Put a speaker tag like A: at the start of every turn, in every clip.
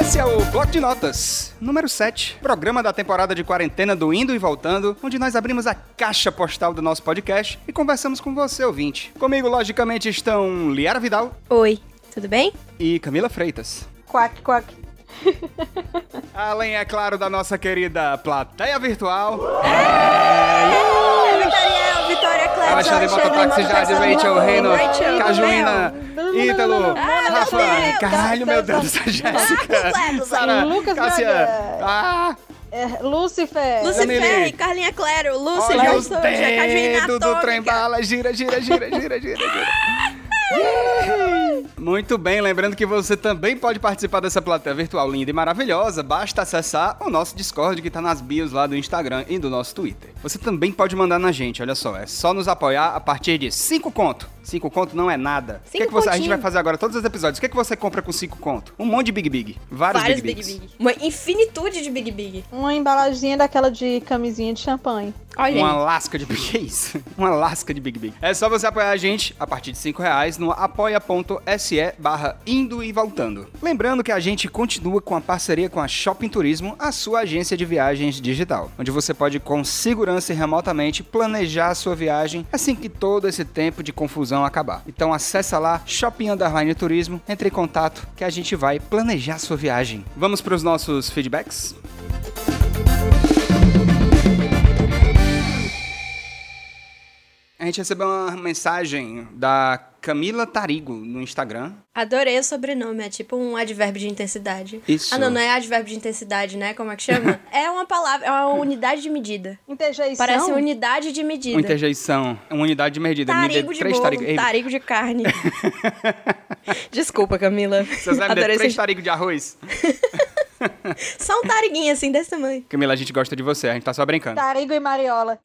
A: Esse é o Bloco de Notas, número 7, programa da temporada de quarentena do Indo e Voltando, onde nós abrimos a caixa postal do nosso podcast e conversamos com você, ouvinte. Comigo, logicamente, estão Liara Vidal
B: Oi, tudo bem?
A: e Camila Freitas.
C: Quack, quack.
A: Além, é claro, da nossa querida plateia virtual,
B: Vitariel, Vitória Cléber,
A: Alexandre Mototáxi, Jade, Rachel, Reino,
B: Rachel,
A: Cajuína, Ítalo,
B: Ah, meu
A: Rafa,
B: Deus,
A: caralho, meu Deus, essa Jéssica,
B: completo,
A: Sara,
C: Lucas
A: Cássia,
C: Braga.
A: ah,
C: É, Lúcifer.
A: Emily.
B: Lucifer, Carlinha Clero, Lúcia,
A: Olha os
B: Jorge, Cajuína
A: dedos do trem
B: Atômica.
A: bala, gira, gira, gira, gira, gira, gira. Yeah! Muito bem, lembrando que você também pode participar dessa plateia virtual linda e maravilhosa. Basta acessar o nosso Discord que tá nas bios lá do Instagram e do nosso Twitter. Você também pode mandar na gente, olha só, é só nos apoiar a partir de 5 conto. 5 conto não é nada. O que
B: Cinco
A: que você, a gente
B: continho.
A: vai fazer agora todos os episódios. O que, que você compra com 5 conto? Um monte de Big Big. Vários,
B: Vários
A: Big
B: Big
A: Bigs.
B: Big. Uma infinitude de Big Big.
C: Uma embalaginha daquela de camisinha de champanhe.
B: Olha
A: Uma
B: aí.
A: lasca de Big. Que isso? Uma lasca de Big Big. É só você apoiar a gente a partir de 5 reais no apoia.se barra indo e voltando. Lembrando que a gente continua com a parceria com a Shopping Turismo, a sua agência de viagens digital, onde você pode com segurança e remotamente planejar a sua viagem assim que todo esse tempo de confusão acabar. Então acessa lá Shopping Underline Turismo, entre em contato que a gente vai planejar a sua viagem. Vamos para os nossos feedbacks? A gente recebeu uma mensagem da Camila Tarigo no Instagram.
B: Adorei o sobrenome, é tipo um advérbio de intensidade.
A: Isso.
B: Ah, não, não é advérbio de intensidade, né? Como é que chama? é uma palavra, é uma unidade de medida.
C: Interjeição.
B: Parece um unidade de medida.
A: Uma interjeição. Uma unidade de medida.
B: Tarigo
A: me dê
B: de
A: três
B: bolo,
A: tarigo. Ei,
B: tarigo, de carne. Desculpa, Camila.
A: Vocês vão me dar
B: Adorei
A: né, três
B: vocês.
A: tarigos de arroz?
B: Só um tariguinho assim, desse tamanho.
A: Camila, a gente gosta de você, a gente tá só brincando.
C: Tarigo e Mariola.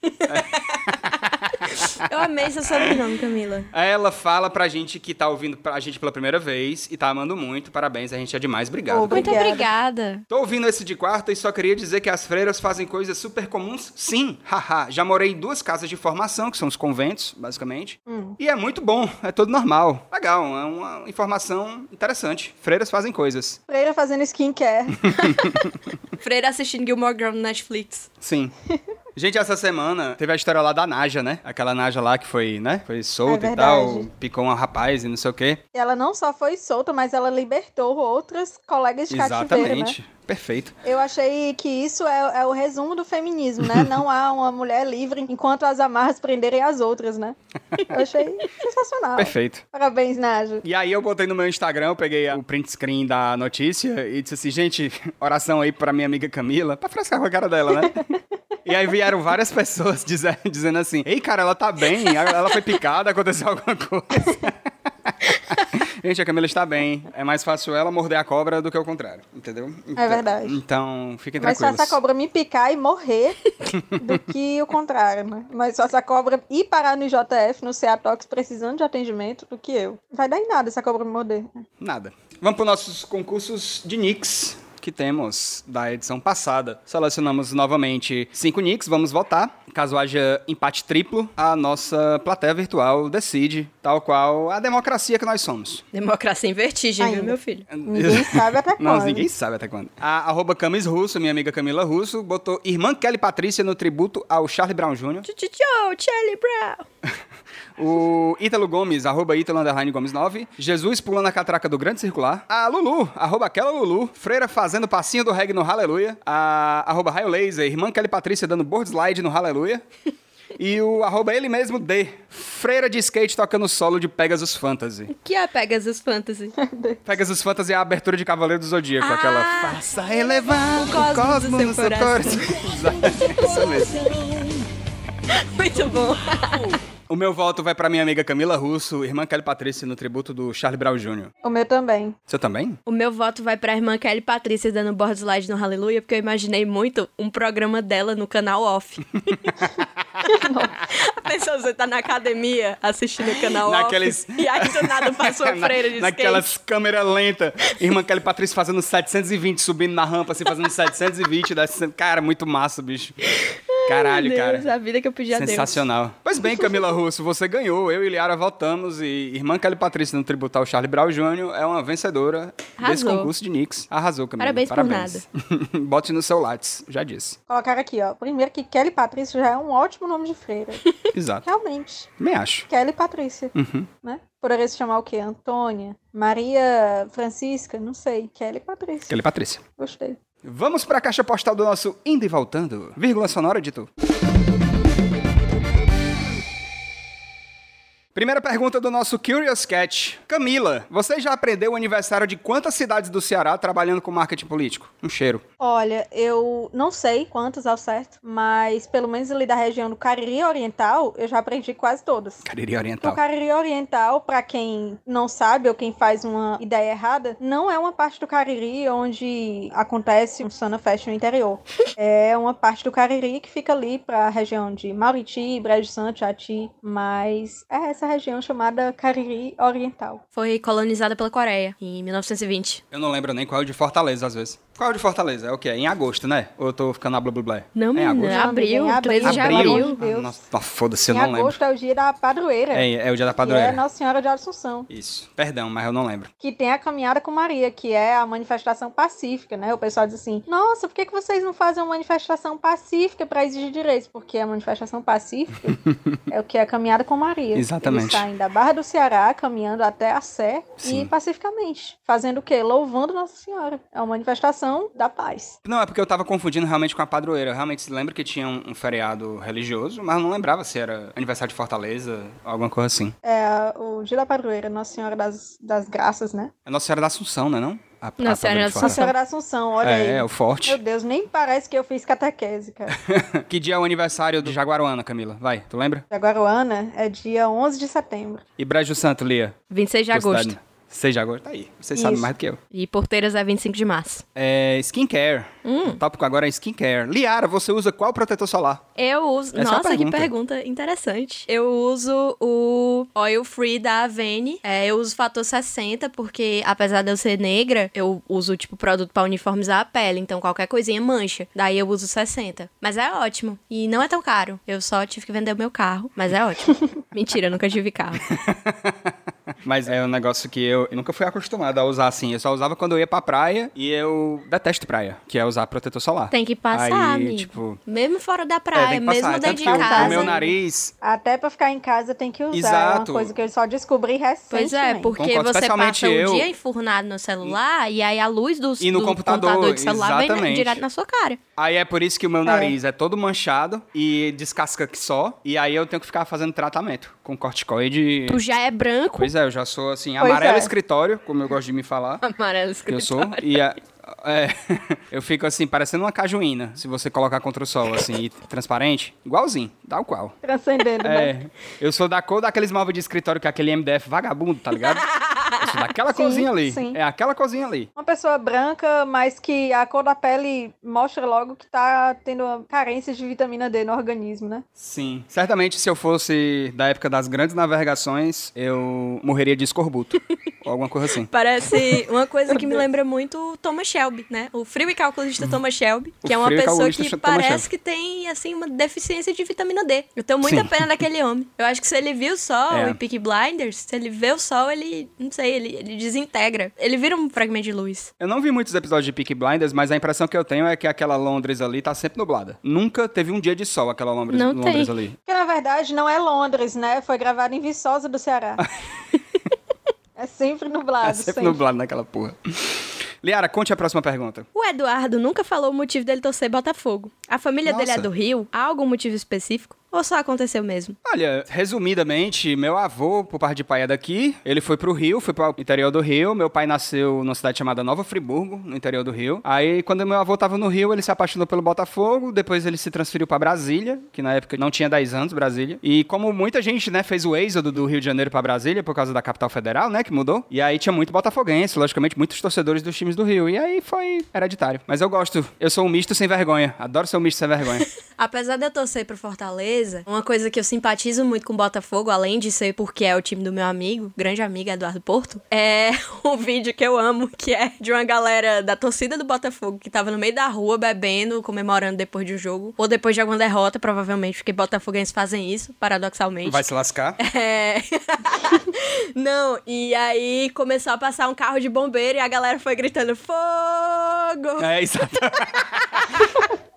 B: Eu amei seu sobrenome, Camila.
A: Ela fala pra gente que tá ouvindo a gente pela primeira vez e tá amando muito. Parabéns, a gente é demais. Obrigado.
C: Obrigado.
B: Muito obrigada.
A: Tô ouvindo esse de quarta e só queria dizer que as freiras fazem coisas super comuns? Sim, haha. Já morei em duas casas de formação, que são os conventos, basicamente.
C: Hum.
A: E é muito bom, é tudo normal. Legal, é uma informação interessante. Freiras fazem coisas.
C: Freira fazendo skincare.
B: Freira assistindo Gilmore Girl no Netflix.
A: Sim. Gente, essa semana teve a história lá da Naja, né? Aquela Naja lá que foi, né? Foi solta
C: É
A: e tal,
C: verdade.
A: picou um rapaz e não sei o quê.
C: ela não só foi solta, mas ela libertou outras colegas de cativeiro, né?
A: Exatamente. Perfeito.
C: Eu achei que isso é, é o resumo do feminismo, né? Não há uma mulher livre enquanto as amarras prenderem as outras, né? Eu achei sensacional.
A: Perfeito.
C: Parabéns, Nájia.
A: E aí eu botei no meu Instagram, eu peguei o print screen da notícia e disse assim, gente, oração aí pra minha amiga Camila, pra frescar com a cara dela, né? E aí vieram várias pessoas dizer- dizendo assim, ei, cara, ela tá bem, ela foi picada, aconteceu alguma coisa. Gente, a Camila está bem. É mais fácil ela morder a cobra do que o contrário, entendeu? Então-
C: É verdade.
A: Então, fiquem
C: Mas só
A: tranquilos.
C: se a cobra me picar e morrer do que o contrário, né? Mas só se a cobra ir parar no IJF, no CATOX, precisando de atendimento do que eu. Vai dar em nada se a cobra me morder.
A: Nada. Vamos para nossos concursos de nicks que temos da edição passada. Selecionamos novamente cinco nicks, vamos votar. Caso haja empate triplo, a nossa plateia virtual decide, tal qual a democracia que nós somos.
B: Democracia em vertigem,
C: Ainda.
B: viu, meu filho?
C: Ninguém sabe até quando.
A: Nossa, ninguém sabe até quando. A arroba Camis Russo, minha amiga Camila Russo, botou Irmã Kelly Patrícia no tributo ao Charlie Brown Jr.
B: Tchau, Charlie Brown.
A: O Ítalo Gomes, arroba Ítalo Underline Gomes 9. Jesus pulando a catraca do Grande Circular. A Lulu, arroba aquela Lulu. Freira fazendo passinho do reggae no Hallelujah. A arroba Raio Laser, irmã Kelly Patrícia dando board slide no Hallelujah. E o arroba ele mesmo D. Freira de skate tocando solo de Pegasus Fantasy.
B: Que é Pegasus Fantasy?
A: Pegasus Fantasy é a abertura de Cavaleiro do Zodíaco, aquela.
B: Ah!
A: Faça relevar
B: O cosmos do seu coração."
A: Isso mesmo.
B: Muito bom.
A: O meu voto vai pra minha amiga Camila Russo, irmã Kelly Patrícia, no tributo do Charlie Brown Jr.
C: O meu também.
A: Você também?
B: O meu voto vai pra irmã Kelly Patrícia dando board slide no Hallelujah, porque eu imaginei muito um programa dela no canal off. A pessoa você tá na academia assistindo o canal
A: Naqueles-
B: off. E aí do nada passou a freira de
A: Naquelas câmeras lentas. Irmã Kelly Patrícia fazendo 720, subindo na rampa, assim, fazendo 720. Descendo. Cara, muito massa, bicho. Caralho,
B: Meu
A: cara.
B: Deus, a vida que eu pedi a Deus.
A: Sensacional. Pois bem, Camila Russo, você ganhou. Eu e Liara votamos e irmã Kelly Patrícia no Tributal Charlie Brown Jr. é uma vencedora desse
B: Arrasou.
A: concurso de Knicks. Arrasou, Camila.
B: Parabéns por
A: nada. Bote no seu Lattes, já disse.
C: Colocaram aqui, ó. Primeiro que Kelly Patrícia já é um ótimo nome de freira.
A: Exato.
C: Realmente.
A: Me acho.
C: Kelly Patrícia,
A: Uhum.
C: né? Poderia se chamar o quê? Antônia? Maria Francisca? Não sei. Kelly Patrícia.
A: Kelly Patrícia.
C: Gostei.
A: Vamos pra caixa postal do nosso Indo e Voltando. Vírgula sonora, Dito. Primeira pergunta do nosso Curious Cat. Camila, você já aprendeu o aniversário de quantas cidades do Ceará trabalhando com marketing político? Um cheiro.
C: Olha, eu não sei quantas ao certo, mas pelo menos ali da região do Cariri Oriental, eu já aprendi quase todas.
A: Cariri
C: O
A: Oriental.
C: Cariri Oriental, pra quem não sabe ou quem faz uma ideia errada, não é uma parte do Cariri onde acontece um Sana Fest no interior. É uma parte do Cariri que fica ali pra região de Mauriti, Brejo Santo, Jati, mas é essa região chamada Cariri Oriental.
B: Foi colonizada pela Coreia em 1920.
A: Eu não lembro nem qual é o de Fortaleza, às vezes. Qual é o de Fortaleza? É o quê? É em agosto, né? Ou eu tô ficando na blá blá blá? é
B: Não,
A: em
B: menina.
A: agosto.
B: Abril,
C: Em
B: 13 de
C: Abril.
B: abril.
C: Pelo amor de Deus.
A: nossa, ah, foda-se, eu
C: em
A: não lembro.
C: agosto é o dia da padroeira,
A: É, é o dia da
C: que
A: padroeira.
C: é Nossa Senhora de Assunção.
A: Isso. Perdão, mas eu não lembro.
C: que tem a caminhada com Maria, que é a manifestação pacífica, né? O pessoal diz assim: nossa, por que, que vocês não fazem uma manifestação pacífica para exigir direitos? Porque a manifestação pacífica é o que é a caminhada com Maria.
A: Exatamente.
C: Eles saem da Barra do Ceará, caminhando até a Sé
A: Sim.
C: e pacificamente. Fazendo o quê? Louvando Nossa Senhora. É uma manifestação da paz.
A: Não, é porque eu tava confundindo realmente com a padroeira. Eu realmente lembro que tinha um, um feriado religioso, mas eu não lembrava se era aniversário de Fortaleza, alguma coisa assim.
C: É o Dia da Padroeira, Nossa Senhora das, das Graças, né?
A: É Nossa Senhora da Assunção, né não? A, a
B: Nossa Senhora
A: padroeira
B: da
A: de
C: Nossa
A: Fortaleza.
C: Senhora da Assunção, olha
A: É, é,
C: aí.
A: o forte.
C: Meu Deus, nem parece que eu fiz catequese, cara.
A: Que dia é o aniversário de Jaguaruana, Camila? Vai, tu lembra?
C: Jaguaruana é dia 11 de setembro.
A: E Brejo Santo, Lia?
B: 26 de
A: Tua
B: agosto.
A: cidade? 6 de agosto, tá aí. Vocês sabem
C: Isso.
A: mais do que eu.
B: E Porteiras é 25 de março.
A: É, skincare. O tópico agora é skincare. Liara, você usa qual protetor solar?
B: Eu uso.
A: Essa é a
B: Nossa, que
A: pergunta.
B: pergunta interessante. Eu uso o Oil Free da Avene. É, eu uso fator 60, porque apesar de eu ser negra, eu uso, tipo, produto pra uniformizar a pele. Então qualquer coisinha mancha. Daí eu uso 60. Mas é ótimo. E não é tão caro. Eu só tive que vender o meu carro. Mas é ótimo. Mentira, eu nunca tive carro.
A: Mas é um negócio que eu, eu nunca fui acostumado a usar assim. Eu só usava quando eu ia pra praia e eu detesto praia, que é usar protetor solar.
B: Tem que passar,
A: Aí,
B: amigo.
A: tipo,
B: Mesmo fora da
A: É,
B: praia,
A: tem que
B: mesmo
A: passar.
B: dentro
A: Tanto
B: de
A: que o-
B: casa.
A: O meu
C: hein?
A: nariz.
C: Até pra ficar em casa tem que usar. É
A: Exato.
C: uma coisa que eu só descobri recentemente.
B: Pois é, porque
A: Concordo,
B: você
A: especialmente
B: passa o
A: eu.
B: dia enfurnado no celular e aí a luz do,
A: E no
B: do
A: computador,
B: de celular vem
A: exatamente.
B: na- direto na sua cara.
A: Aí é por isso que o meu nariz é, todo manchado e descasca que só. E aí eu tenho que ficar fazendo tratamento com corticoide.
B: Tu já é branco,
A: Pois é, eu já sou assim,
C: Pois
A: amarelo
C: é.
A: escritório, como eu gosto de me falar.
B: amarelo
A: que eu
B: escrito.
A: sou. E a- é, eu fico assim, parecendo uma cajuína, se você colocar contra o sol, assim, e transparente. Igualzinho, tal qual.
C: Transcendendo, né?
A: É, eu sou da cor daqueles móveis de escritório que é aquele MDF vagabundo, tá ligado? Eu sou daquela
C: Sim,
A: cozinha ali.
C: sim.
A: É aquela cozinha ali.
C: Uma pessoa branca, mas que a cor da pele mostra logo que tá tendo uma carência de vitamina D no organismo, né?
A: Sim. Certamente, se eu fosse da época das grandes navegações, eu morreria de escorbuto. ou alguma coisa assim.
B: Parece uma coisa que me lembra muito o Thomas Shelby, né? O frio e calculista Thomas Shelby,
A: Hum. O
B: que é uma
A: frio e
B: pessoa
A: calculista
B: que
A: Thomas
B: parece
A: Shelby.
B: que tem, assim, uma deficiência de vitamina D. Eu tenho muita
A: Sim.
B: pena daquele homem. Eu acho que se ele viu o sol
A: É.
B: e Peaky Blinders, se ele vê o sol, ele, não sei, ele, ele desintegra. Ele vira um fragmento de luz.
A: Eu não vi muitos episódios de Peaky Blinders, mas a impressão que eu tenho é que aquela Londres ali tá sempre nublada. Nunca teve um dia de sol aquela Londres,
B: Não
A: Londres
B: tem.
A: ali.
C: Que na verdade não é Londres, né? Foi gravado em Viçosa do Ceará. é sempre
B: Ah,
C: nublado.
A: É sempre,
C: sempre.
A: nublado naquela porra. Liara, conte a próxima pergunta.
B: O Eduardo nunca falou o motivo dele torcer Botafogo. A família dele é
A: Nossa.
B: do Rio? Há algum motivo específico? Ou só aconteceu mesmo?
A: Olha, resumidamente, meu avô, por parte de pai, é daqui. Ele foi pro Rio, foi pro interior do Rio. Meu pai nasceu numa cidade chamada Nova Friburgo, no interior do Rio. Aí, quando meu avô tava no Rio, ele se apaixonou pelo Botafogo. Depois, ele se transferiu pra Brasília, que na época não tinha 10 anos, Brasília. E como muita gente, né, fez o êxodo do Rio de Janeiro pra Brasília por causa da capital federal, né, que mudou. E aí tinha muito botafoguense, logicamente, muitos torcedores dos times do Rio. E aí foi hereditário. Mas eu gosto. Eu sou um misto sem vergonha. Adoro ser um misto sem vergonha.
B: Apesar de eu torcer pro Fortaleza, natureza. Uma coisa que eu simpatizo muito com o Botafogo, além de ser porque é o time do meu amigo, grande amigo Eduardo Porto, é um vídeo que eu amo, que é de uma galera da torcida do Botafogo que tava no meio da rua bebendo, comemorando depois de um jogo, ou depois de alguma derrota, provavelmente, porque botafoguenses fazem isso, paradoxalmente.
A: Vai se lascar?
B: É. Não, e aí começou a passar um carro de bombeiro e a galera foi gritando fogo.
A: É, exato.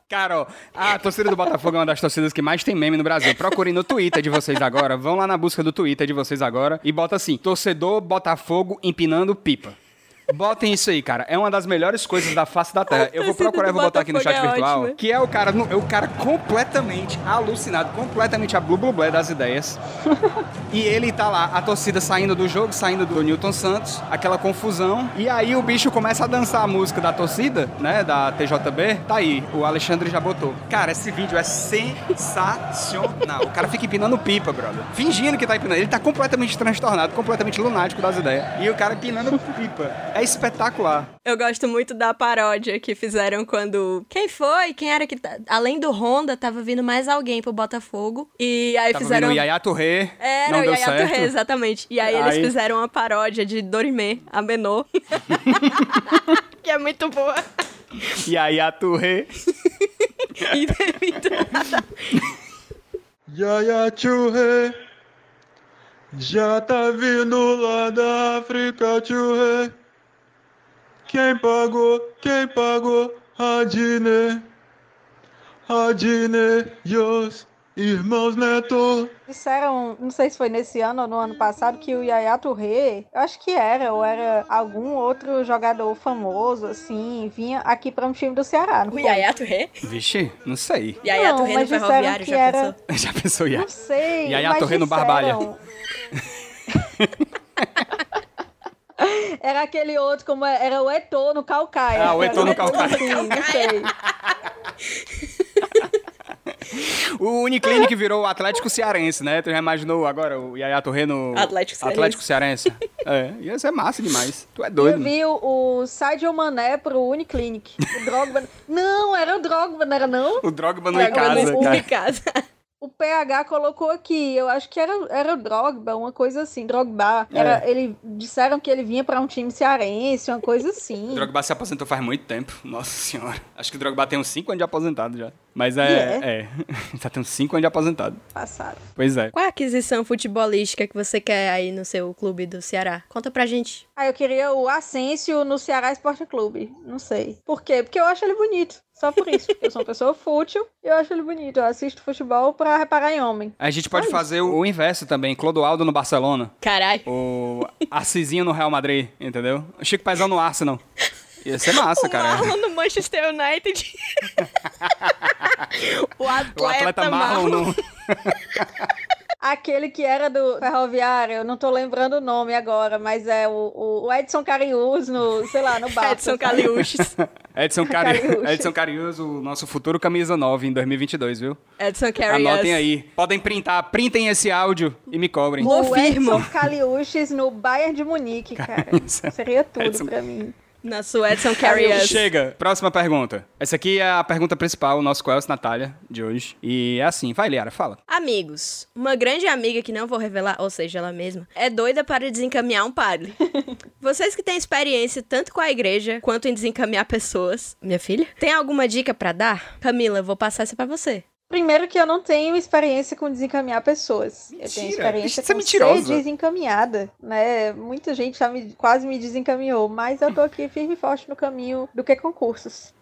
A: Carol, a torcida do Botafogo é uma das torcidas que mais tem meme no Brasil. Procurem no Twitter de vocês agora, vão lá na busca do Twitter de vocês agora e bota assim: torcedor Botafogo empinando pipa. Botem isso aí, cara. É uma das melhores coisas da face da Terra. Eu vou
B: torcida
A: procurar e
B: do
A: vou botar aqui no chat
B: Botafogo é
A: virtual.
B: ótima.
A: Que é o cara, no- é o cara completamente alucinado, completamente a blu blu blé das ideias. e ele tá lá, a torcida saindo do jogo, saindo do Newton Santos, aquela confusão. E aí o bicho começa a dançar a música da torcida, né? Da TJB. Tá aí, o Alexandre já botou. Cara, esse vídeo é sensacional. O cara fica empinando pipa, brother. Fingindo que tá empinando. Ele tá completamente transtornado, completamente lunático das ideias. E o cara empinando pipa. É espetacular.
B: Eu gosto muito da paródia que fizeram quando. Quem foi? Quem era que. tá- Além do Honda, tava vindo mais alguém pro Botafogo. E aí
A: Tava
B: fizeram. É,
A: vindo o Tá Yaya Touré,
B: Era
A: não
B: o
A: deu
B: Yaya
A: certo.
B: Touré, exatamente. E aí,
A: Aí-
B: eles fizeram uma paródia de Dorimê, a Menô. que é muito boa.
A: Yaya Touré.
B: E teve toda-
D: Yaya Churre, já tá vindo lá da África Churre. Quem pagou, quem pagou? Adine, Adine e os irmãos Neto.
C: Disseram, não sei se foi nesse ano ou no ano passado, que o Yaya Touré, eu acho que era, ou era algum outro jogador famoso, assim, vinha aqui para um time do Ceará. Não
B: O
C: foi?
B: Yaya Touré?
A: Vixe, não sei.
B: Yaya
C: Não,
B: Touré no
C: mas disseram
B: ferroviário,
C: que
B: já
C: era-
B: pensou?
A: Já pensou, Yaya?
C: Não sei.
A: Yaya
C: mas
A: Touré no
C: disseram.
A: Barbalha.
C: Era aquele outro, como é- era o Etô no Calcaia.
A: Ah, o Eto'o no
C: Era alguma coisa
A: Calcaia.
C: assim, Não sei.
A: O Uniclinic virou o Atlético Cearense, né? Tu já imaginou agora o Yaya Torre no
B: Atlético Cearense.
A: Atlético Cearense? é, ia ser massa demais. Tu é
C: Eu
A: doido. mano.
C: vi o, o Sadio Mané pro Uniclinic. O Drogba. não, era o Drogba, não era não?
A: O Drogba não
B: Pra
A: em casa,
B: quando
C: Drogba,
B: eu
A: cara.
B: em casa.
C: O PH colocou aqui, eu acho que era, era o Drogba, uma coisa assim, Drogba. Era, ele, disseram que ele vinha pra um time cearense, uma coisa
A: O
C: assim.
A: Drogba se aposentou faz muito tempo. Nossa senhora. Acho que o Drogba tem uns 5 anos de aposentado já. Mas é.
C: E
A: é. já tem uns 5 anos de aposentado.
C: Passado.
A: Pois é.
B: Qual a aquisição futebolística que você quer aí no seu clube do Ceará? Conta pra gente.
C: Ah, eu queria o Asensio no Ceará Esporte Clube. Não sei. Por quê? Porque eu acho ele bonito. Só por isso. Porque eu sou uma pessoa fútil e eu acho ele bonito. Eu assisto futebol pra reparar em homem.
A: A gente pode fazer o, o inverso também. Clodoaldo no Barcelona.
B: Caralho.
A: O Assisinho no Real Madrid, entendeu? O Chico Paizão no Arsenal. Ia ser massa, cara.
B: Marlon no Manchester United. o atleta,
A: O atleta Marlon no...
C: Aquele que era do Ferroviário, eu não tô lembrando o nome agora, mas é o, o- o Edson Cariús no, sei lá, no Barça.
B: Edson
C: sabe?
B: Caliuches.
A: Edson, Cari...
C: Cariúcho.
A: Edson Cariuso, o nosso futuro camisa 9 em 2022, viu?
B: Edson Carriers.
A: Anotem aí. Podem printar. Printem esse áudio e me cobrem.
B: Mo-
C: O
B: Confirmo.
C: Edson Caliuches no Bayern de Munique, cara.
A: isso é-
C: Seria tudo
A: Edson-
C: pra mim.
B: Nosso Edson Carriers.
A: Chega. Próxima pergunta. Essa aqui é a pergunta principal, o nosso Quells Natália, de hoje. E é assim. Vai, Liara, fala.
B: Amigos, uma grande amiga que não vou revelar, ou seja, ela mesma, é doida para desencaminhar um padre. Vocês que têm experiência tanto com a igreja quanto em desencaminhar pessoas, minha filha, tem alguma dica pra dar? Camila, vou passar essa pra você.
C: Primeiro que eu não tenho experiência com desencaminhar pessoas. Eu
A: Mentira.
C: tenho experiência
A: Isso é
C: com
A: mentirosa.
C: ser desencaminhada, né? Muita gente já me, quase me desencaminhou, mas eu tô aqui firme e forte no caminho do que concursos.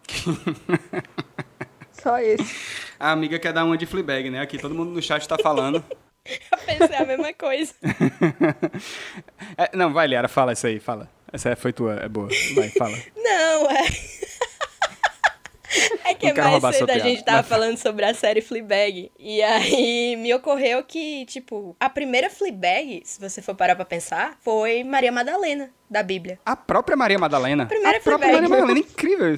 C: Só esse.
A: A amiga quer dar uma de Fleabag, né? Aqui todo mundo no chat tá falando.
B: Eu pensei a mesma coisa.
A: É, não, vai, Liara, fala essa aí, fala. Essa foi tua, é boa. Vai, fala.
B: Não, é. É que
A: Não quero roubar
B: mais
A: sua
B: cedo a
A: piada,
B: gente tava
A: mas-
B: falando sobre a série Fleabag. E aí me ocorreu que, tipo, a primeira Fleabag, se você for parar pra pensar, foi Maria Madalena, da Bíblia.
A: A própria Maria Madalena.
B: Primeira
A: a própria
B: Fleabag.
A: Maria Madalena, incrível.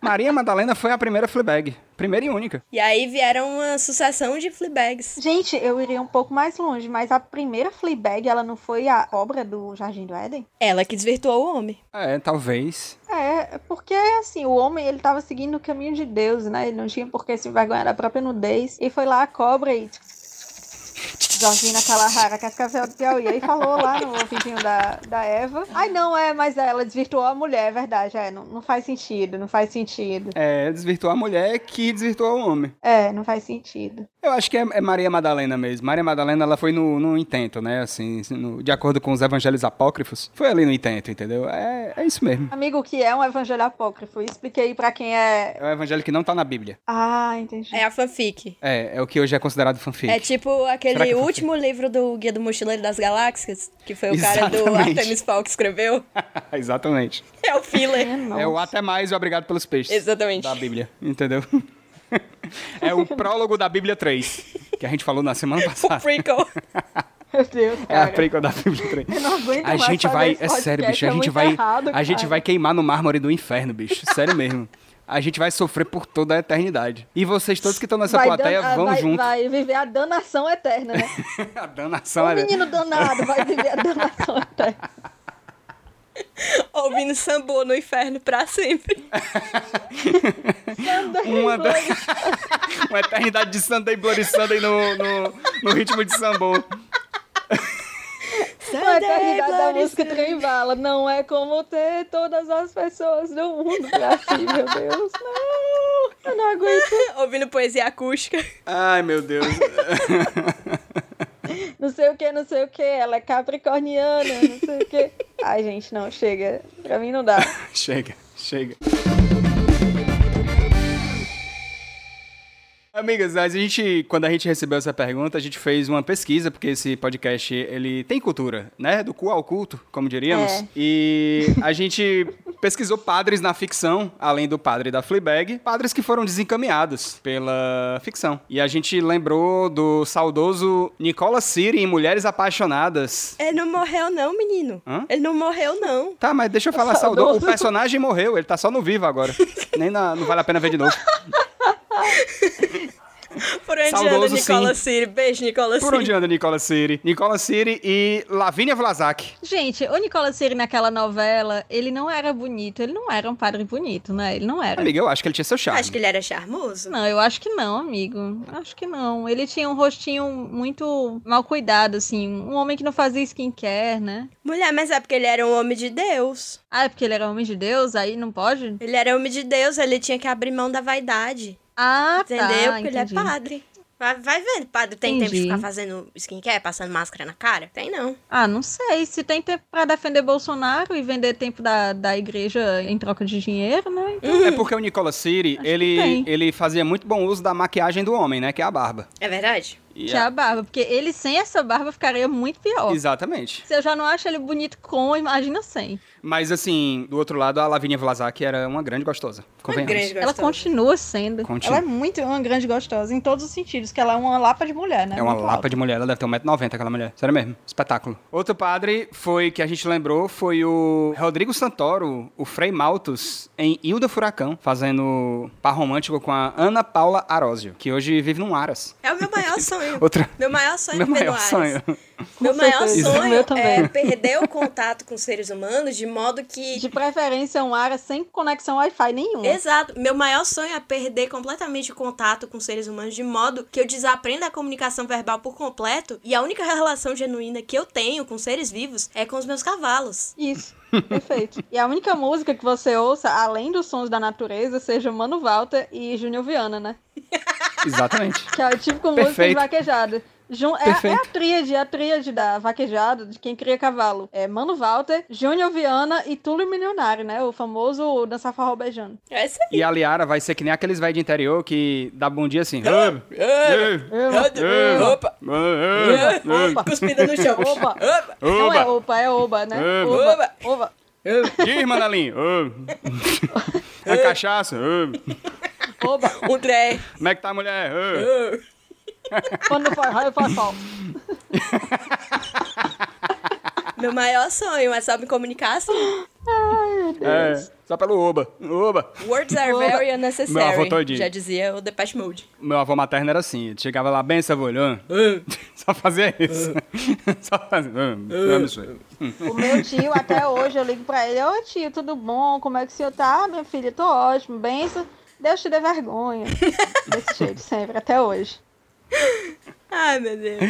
A: Maria Madalena foi a primeira Fleabag. Primeira e única.
B: E aí vieram uma sucessão de Fleabags.
C: Gente, eu iria um pouco mais longe, mas a primeira Fleabag, ela não foi a obra do Jardim do Éden?
B: Ela que desvirtuou o homem.
A: É, talvez.
C: É, É porque, assim, o homem, ele tava seguindo o caminho de Deus, né? Ele não tinha por que se envergonhar da própria nudez. E foi lá a cobra e... Jorginho naquela rara cascavel do Piauí. Aí falou lá no ouvidinho da, da Eva. Ai, não, é, mas ela desvirtuou a mulher, é verdade. É, não, não faz sentido, não faz sentido.
A: É, desvirtuou a mulher que desvirtuou o homem.
C: É, não faz sentido.
A: Eu acho que é, é Maria Madalena mesmo. Maria Madalena, ela foi no, no intento, né? Assim, no- de acordo com os evangelhos apócrifos. Foi ali no intento, entendeu? É, é isso mesmo.
C: Amigo, o que é um evangelho apócrifo? Expliquei pra quem é...
A: É o evangelho que não tá na Bíblia.
C: Ah, entendi.
B: É a fanfic.
A: É, é o que hoje é considerado fanfic.
B: É tipo
A: Será que
B: aquele
A: é fanfic?
B: último livro do Guia do Mochileiro das Galáxias, que foi o cara do
A: Exatamente.
B: Artemis Fowl que escreveu.
A: Exatamente.
B: É o filler.
C: É, não.
A: É o até mais e obrigado pelos peixes.
B: Exatamente.
A: Da Bíblia, entendeu? é o prólogo da Bíblia 3, que a gente falou na semana
B: O
A: passada.
B: prequel.
C: Meu Deus,
A: É a
C: cara.
A: prequel da Bíblia 3.
C: Eu não aguento
A: A
C: mais
A: gente
C: fazer
A: vai,
C: esse
A: é sério,
C: podcast,
A: bicho, a
C: é
A: gente
C: muito
A: vai,
C: errado,
A: a gente
C: cara.
A: vai queimar no mármore do inferno, bicho, sério mesmo. A gente vai sofrer por toda a eternidade. E vocês todos que estão nessa
C: Vai
A: plateia
C: dan- ah,
A: vão
C: vai,
A: junto.
C: Vai viver a danação eterna, né?
A: a
C: O
A: danação é...
C: Um menino danado vai viver a danação eterna.
B: Ouvindo sambô no inferno pra sempre.
C: tá
A: Uma, da- Uma eternidade de Sunday Bloody Sunday no, no, no ritmo de sambô.
C: Uma eternidade da
B: Bloody
C: música trem bala. Não é como ter todas as pessoas do mundo pra si, meu Deus. Não, eu não aguento.
B: Ouvindo poesia acústica.
A: Ai, meu Deus.
C: Não sei o que, não sei o que. Ela é capricorniana, não sei o que. Ai, gente, não, chega. Pra mim não dá.
A: Chega, chega. Amigas, a gente, quando a gente recebeu essa pergunta, a gente fez uma pesquisa, porque esse podcast, ele tem cultura, né? Do cu ao culto, como diríamos.
C: É.
A: E a gente pesquisou padres na ficção, além do padre da Fleabag, padres que foram desencaminhados pela ficção. E a gente lembrou do saudoso Nicola Siri em Mulheres Apaixonadas.
B: Ele não morreu não, menino.
A: Hã?
B: Ele não morreu não.
A: Tá, mas deixa eu falar,
C: Saudoso.
A: saudoso. O personagem morreu, ele tá só no vivo agora. Nem na- não vale a pena ver de novo.
B: Por onde anda
A: Saudoso,
B: Nicola
A: sim.
B: Siri? Beijo, Nicola
A: Por onde
B: Siri.
A: anda Nicola Siri? Nicola Siri e Lavínia Vlasak.
C: Gente, o Nicolas Siri naquela novela, ele não era bonito. Ele não era um padre bonito, né? Ele não era.
A: Amiga, eu acho que ele tinha seu charme.
B: Acho que ele era charmoso.
C: Não, eu acho que não, amigo. Acho que não. Ele tinha um rostinho muito mal cuidado, assim. Um homem que não fazia skincare, né?
B: Mulher, mas é porque ele era um homem de Deus.
C: Ah, é porque ele era homem de Deus, aí não pode?
B: Ele era homem de Deus, ele tinha que abrir mão da vaidade.
C: Ah,
B: Entendeu?
C: tá.
B: porque ele
C: entendi.
B: é padre. Vai, vai vendo, padre tem tempo de
C: Entendi.
B: ficar fazendo skincare, passando máscara na cara? Tem não.
C: Ah, não sei. Se tem tempo pra defender Bolsonaro e vender tempo da, da igreja em troca de dinheiro, né?
A: É porque o Nicola Siri,
C: Acho que
A: ele,
C: tem.
A: ele fazia muito bom uso da maquiagem do homem, né? Que é a barba.
B: É verdade?
A: E
C: Tinha a barba. Porque ele sem essa barba ficaria muito pior.
A: Exatamente.
C: Se eu já não acho ele bonito com, imagina sem.
A: Mas assim, do outro lado, a Lavínia Vlasak era uma grande gostosa. Convenhamos.
B: grande
C: Ela
B: gostosa.
C: continua sendo.
A: Continua.
C: Ela é muito uma grande gostosa, em todos os sentidos, que ela é uma lapa de mulher, né?
A: É uma
C: Muito
A: lapa
C: alta.
A: de mulher, ela deve ter 1,90m aquela mulher. Sério mesmo. Espetáculo. Outro padre foi que a gente lembrou foi o Rodrigo Santoro, o Frei Maltos, em Hilda Furacão, fazendo par romântico com a Ana Paula Arósio, que hoje vive num Aras.
B: É o meu maior sonho.
A: Outra.
B: Meu maior sonho
A: Meu
B: é viver no
A: maior
B: Ares.
A: sonho.
B: Meu maior
C: certeza. O
B: sonho
C: meu também.
B: é perder o contato com os seres humanos de modo que.
C: De preferência, um área sem conexão Wi-Fi nenhuma.
B: Exato. Meu maior sonho é perder completamente o contato com os seres humanos de modo que eu desaprenda a comunicação verbal por completo e a única relação genuína que eu tenho com seres vivos é com os meus cavalos.
C: Isso, perfeito. E a única música que você ouça, além dos sons da natureza, seja Mano Walter e Júnior Viana, né?
A: Exatamente.
C: Que é o típico músico de
A: Perfeito.
C: vaquejada. Jun- é, é a
A: Perfeito.
C: tríade, é a tríade da vaquejada, de quem cria cavalo. É Mano Walter, Júnior Viana e Túlio Milionário, né? O famoso dançar forró beijando.
B: É isso
A: E a Liara vai ser que nem aqueles velhos de interior que dá bom dia assim.
B: Opa!
A: É.
B: Cuspida no chão.
C: Oba!
B: Opa!
C: Não é
A: Oba!
C: opa, é oba, né?
A: Oba.
C: Oba! Oba!
A: Diz, Manalim! A cachaça! Ô.
C: Oba!
B: Um trem.
A: Como é que tá a mulher? Ô.
C: Quando não faz raio, faz sol.
B: Meu maior sonho é só me comunicar assim.
A: É, só pelo Oba. Oba.
B: Words are very unnecessary.
A: Meu avô todinho.
B: Já dizia o Depeche Mode.
A: Meu avô materno era assim. Ele chegava lá, bem sabolhão. Só fazia hum, é um isso. Só fazendo. Eu amo isso aí.
C: O meu tio, até hoje, eu ligo pra ele: Ô tio, tudo bom? Como é que o senhor tá? Minha filha, tô ótimo, benção. Deus te dê vergonha. Desse jeito, sempre, até hoje.
B: Ai, meu Deus.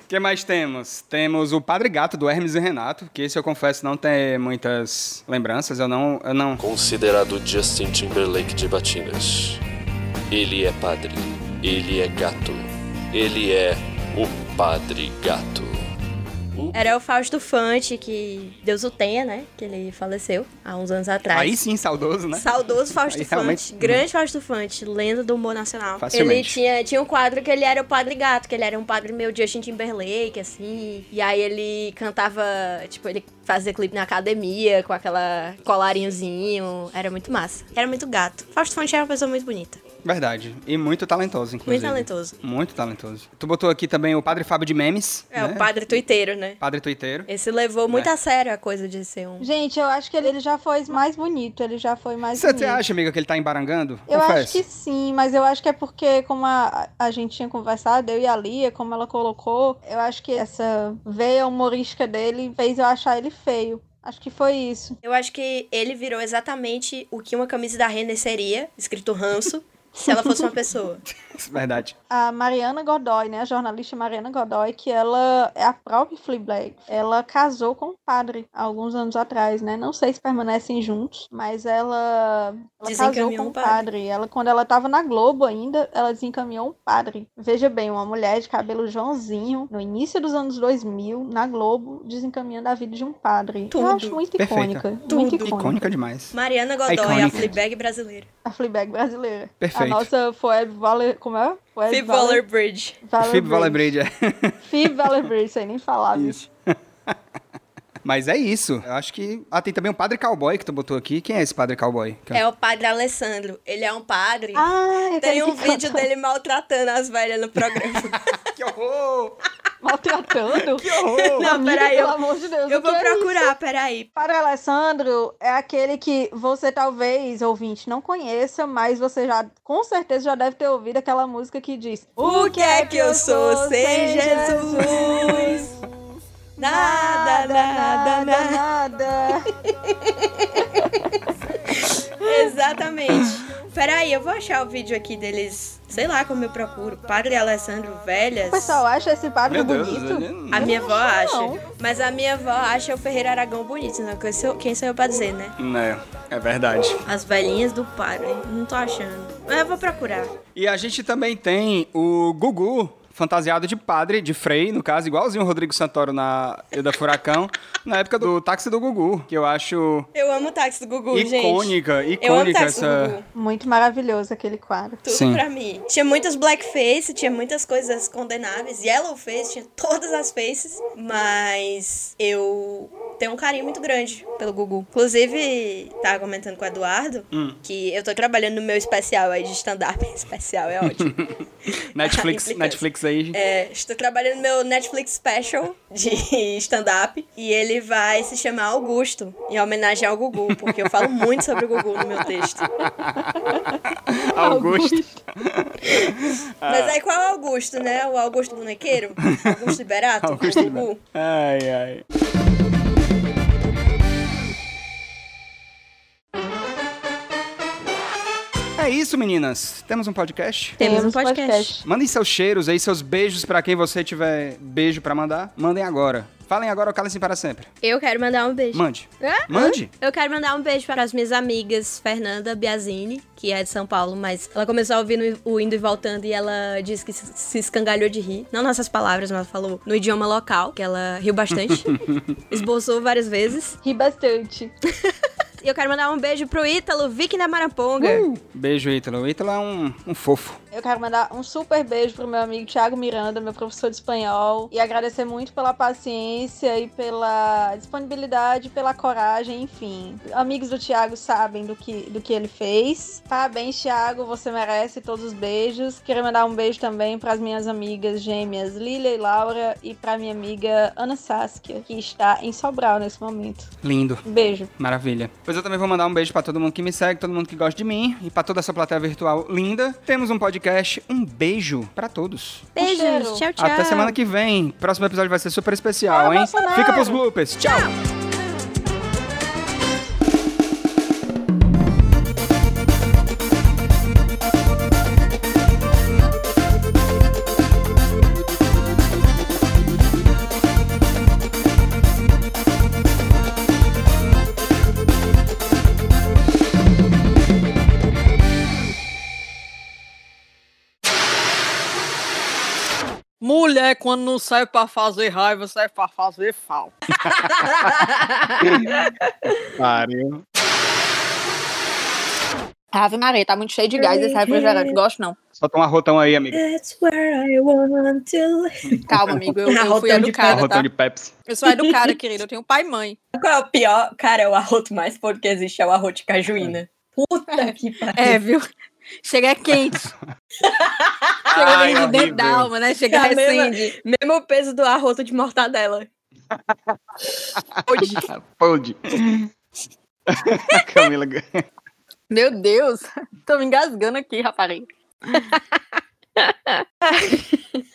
A: O que mais temos? Temos o Padre Gato do Hermes e Renato, que esse eu confesso não tem muitas lembranças. Eu não. Eu não.
E: Considerado Justin Timberlake de Batinas. Ele é padre. Ele é gato. Ele é o padre gato. O
B: Era o Fausto Fante, que Deus o tenha, né? Que ele faleceu há uns anos atrás.
A: Aí sim, saudoso, né?
B: Saudoso Fausto
A: Aí realmente-
B: Fante, grande Fausto Fante, lenda do humor nacional.
A: Facilmente.
B: Ele tinha, tinha um quadro que ele era o padre gato, que ele era um padre meio Justin Timberlake, assim. E aí ele cantava, tipo, ele fazia clipe na academia com aquela colarinhozinho. Era muito massa. Era muito gato. Fausto Fante era uma pessoa muito bonita,
A: Verdade. E muito talentoso, inclusive.
B: muito talentoso.
A: Muito talentoso. Tu botou aqui também o Padre Fábio de Memes.
B: É,
A: né?
B: o padre tuiteiro, né?
A: Padre Tuiteiro.
B: Esse levou muito
A: É.
B: a sério a coisa de ser um.
C: Gente, eu acho que ele, ele já foi mais bonito. Ele já foi
B: é
C: mais
A: Você você
C: bonito.
B: assim.
A: acha, amiga, que ele tá embarangando?
C: Eu
A: Confesso.
C: acho que sim, mas eu acho que é porque, como a, a gente tinha conversado, eu e a Lia, como ela colocou, eu acho que essa veia humorística dele fez eu achar ele feio. Acho que foi isso.
B: Eu acho que ele virou exatamente o que uma camisa da Renner seria, escrito ranço, se ela fosse uma pessoa.
A: Verdade.
C: A Mariana Godoy, né, a jornalista Mariana Godoy, que ela é a própria Fleabag, ela casou com o padre há alguns anos atrás, né? Não sei se permanecem juntos, mas ela, ela casou
B: Desencaminhou
C: com
B: um
C: o
B: padre.
C: padre. Ela, quando ela tava na Globo ainda, ela desencaminhou um padre. Veja bem, uma mulher de cabelo Joãozinho, no início dos anos 2000, na Globo, desencaminhando a vida de um padre.
B: Tudo.
C: Eu acho muito
A: Perfeita.
C: icônica. Muito
B: Tudo.
C: icônica.
A: Icônica demais.
B: Mariana Godoy,
A: Iconic.
B: a Fleabag brasileira.
C: A Fleabag brasileira.
A: Perfeito.
C: A nossa Phoebe Waller... Como é? Phoebe
B: Phoebe Waller-Bridge.
C: Waller-
A: Fib
C: Waller Bridge.
A: Valebrid, é.
C: Phoebe Waller-Bridge, sem nem falar, bicho.
A: Mas é isso. Eu acho que. Ah, tem também o Padre Cowboy que tu botou aqui. Quem é esse Padre Cowboy?
B: É o padre Alessandro. Ele é um padre.
C: Ah, é
B: Tem
C: aquele
B: um
C: que
B: vídeo
C: canta
B: dele maltratando as velhas no programa.
A: Que horror!
C: maltratando.
A: Que horror!
B: Não,
C: Amiga,
B: peraí,
C: Pelo
B: eu-
C: amor de Deus,
B: Eu
C: o
B: vou
C: que é isso?
B: procurar, peraí.
C: Padre Alessandro é aquele que você talvez, ouvinte, não conheça, mas você já, com certeza, já deve ter ouvido aquela música que diz
B: O que é que eu sou sem Jesus? Nada, nada, nada.
C: nada.
B: Exatamente. Peraí, eu vou achar o vídeo aqui deles. Sei lá como eu procuro. Padre Alessandro Velhas.
C: O pessoal acha esse padre
A: Meu Deus,
C: bonito?
A: ele-
B: a minha avó acha.
C: não.
B: Mas a minha avó acha o Ferreira Aragão bonito. Né? Quem sou- Quem sou eu pra dizer, né?
A: É, é verdade.
B: As velhinhas do padre. Não tô achando. Mas eu vou procurar.
A: E a gente também tem o Gugu, fantasiado de padre, de frei, no caso, igualzinho o Rodrigo Santoro na Eda Furacão, na época do táxi do Gugu, que eu acho
B: Eu amo o táxi do Gugu, gente.
A: icônica,
B: Eu amo o
A: icônica
B: táxi do
A: essa.
B: Gugu.
C: Muito maravilhoso aquele quadro.
B: Tudo
A: Sim.
B: pra mim. Tinha muitas blackface, tinha muitas coisas condenáveis. Yellow face, tinha todas as faces. Mas eu tenho um carinho muito grande pelo Gugu. Inclusive, tava comentando com o Eduardo
A: Hum.
B: que eu tô trabalhando no meu especial aí de stand-up. Especial é ótimo.
A: Netflix,
B: Implicância.
A: Netflix aí.
B: É, estou trabalhando no meu Netflix special de stand-up e ele vai se chamar Augusto, em homenagem ao Gugu, porque eu falo muito sobre o Gugu no meu texto.
A: Augusto.
B: Mas aí qual é o Augusto, né? O Augusto Bonequeiro? Augusto Liberato?
A: Augusto
B: o Gugu?
A: Ai, ai. É isso, meninas. Temos um podcast?
B: Temos um podcast.
A: Mandem seus cheiros aí, seus beijos pra quem você tiver beijo pra mandar. Mandem agora. Falem agora ou calem-se para sempre.
B: Eu quero mandar um beijo.
A: Mande.
B: Hã?
A: Mande.
B: Eu quero mandar um beijo para as minhas amigas, Fernanda Biazini, que é de São Paulo, mas ela começou a ouvir no- o Indo e Voltando e ela disse que se se escangalhou de rir. Não nessas palavras, mas ela falou no idioma local, que ela riu bastante, esboçou várias vezes.
C: Ri bastante.
B: E eu quero mandar um beijo pro Ítalo, Vicky da Maraponga.
A: Uh, Beijo, Ítalo. O Ítalo é um, um fofo.
C: Eu quero mandar um super beijo pro meu amigo Thiago Miranda, meu professor de espanhol, e agradecer muito pela paciência e pela disponibilidade, pela coragem, enfim. Amigos do Thiago sabem do que, do que ele fez. Parabéns, Thiago, você merece todos os beijos. Queria mandar um beijo também pras minhas amigas gêmeas Lilia e Laura e pra minha amiga Ana Saskia, que está em Sobral nesse momento.
A: Lindo.
C: Um beijo.
A: Maravilha. Pois eu também vou mandar um beijo pra todo mundo que me segue, todo mundo que gosta de mim e pra toda essa plateia virtual linda. Temos um podcast. Um beijo pra todos.
F: Beijos, tchau, tchau.
A: Até semana que vem. Próximo episódio vai ser super especial,
C: Fala,
A: hein?
C: Bolsonaro!
A: Fica pros bloopers. Tchau.
G: Mulher, quando não serve pra fazer raiva, serve pra fazer falta.
A: Pariu.
H: Ave Maria, tá muito cheio de gás esse refrigerante. Gosto não.
A: Solta um arrotão aí, amigo.
B: That's where I want to live.
H: Calma, amigo. Eu,
B: Na
H: eu fui
B: rotão de
H: educada,
A: arrotão
H: tá?
A: de Pepsi.
H: Eu sou educada, querido. Eu tenho pai e mãe.
B: Qual é o pior? Cara, é o arroto mais podre que existe, é o arroto de cajuína. Puta que pariu.
H: É, viu? Chega quente. Chega
A: Ai,
H: vem de dentro
A: horrível.
H: da alma, né? Chega
B: É a mesma-
H: recende.
B: Mesmo peso do arroto de mortadela.
H: Hoje.
A: Pode. Camila.
H: Meu Deus. Tô me engasgando aqui, rapariga.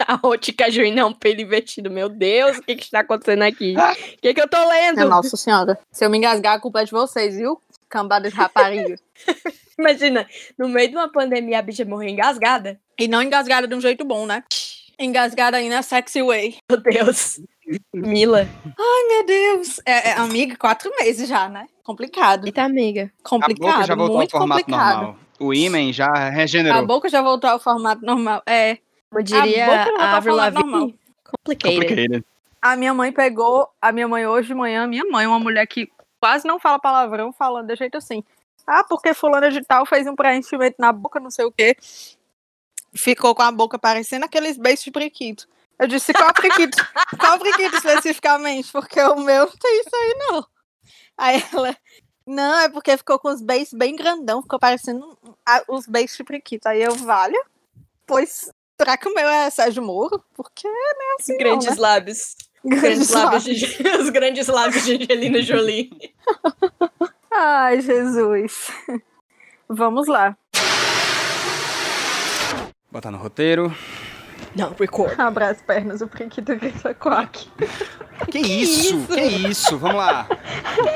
B: Arroto de cajuína é um pelo invertido. Meu Deus, o que que está acontecendo aqui? O que que eu tô lendo?
H: É, Nossa senhora. Se eu me engasgar, a culpa é de vocês, viu? Cambada de rapariga.
B: Imagina, no meio de uma pandemia a bicha morreu engasgada.
H: E não engasgada de um jeito bom, né? Engasgada aí na sexy way.
B: Meu Deus. Mila.
H: Ai, meu Deus. É, é, amiga, quatro meses já, né? Complicado.
F: Eita, amiga.
A: A boca
H: Complicado.
A: já voltou ao
H: muito
A: formato
H: complicado.
A: normal. O imen já
H: A
A: regenerou.
H: boca já voltou ao formato normal. É.
F: Como diria
H: boca não tá
F: a Avril
H: falando normal.
F: Lavigne. Complicated.
A: Complicated.
H: A minha mãe pegou, a minha mãe hoje de manhã, minha mãe, uma mulher que quase não fala palavrão, falando de jeito assim. Ah, porque fulana de tal fez um preenchimento na boca, não sei o quê. Ficou com a boca parecendo aqueles beijos de priquito. Eu disse, qual priquito? qual priquito especificamente? Porque o meu não tem isso aí, não. Aí ela, não, é porque ficou com os beijos bem grandão, ficou parecendo um- a- os beijos de priquito. Aí eu, valha, pois, será que o meu é Sérgio Moro? Porque não é assim não, né?
B: Grandes lábios. Grandes lábios de- Os grandes lábios de Angelina Jolie.
H: Ai, Jesus. Vamos lá.
A: Botar no roteiro.
B: Não, record.
H: Abra as pernas, o Priquito grita quack.
A: Que isso? Que isso? Vamos lá.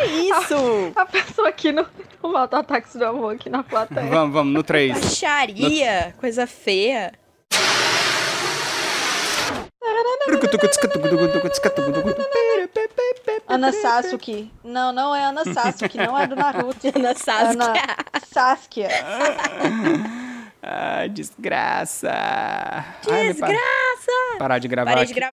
H: Isso!
C: A pessoa aqui no, no auto-ataque do amor aqui na plateia.
A: Vamos, vamos, no 3.
B: Baixaria, coisa feia.
C: Ana Sasuke. Não, não é Ana Sasuke, não é do Naruto.
B: Ana Sasuke.
C: Ana- Saskia.
A: Ah, desgraça. Desgraça! Parar de gravar.
B: Parei
A: aqui.
B: de gravar.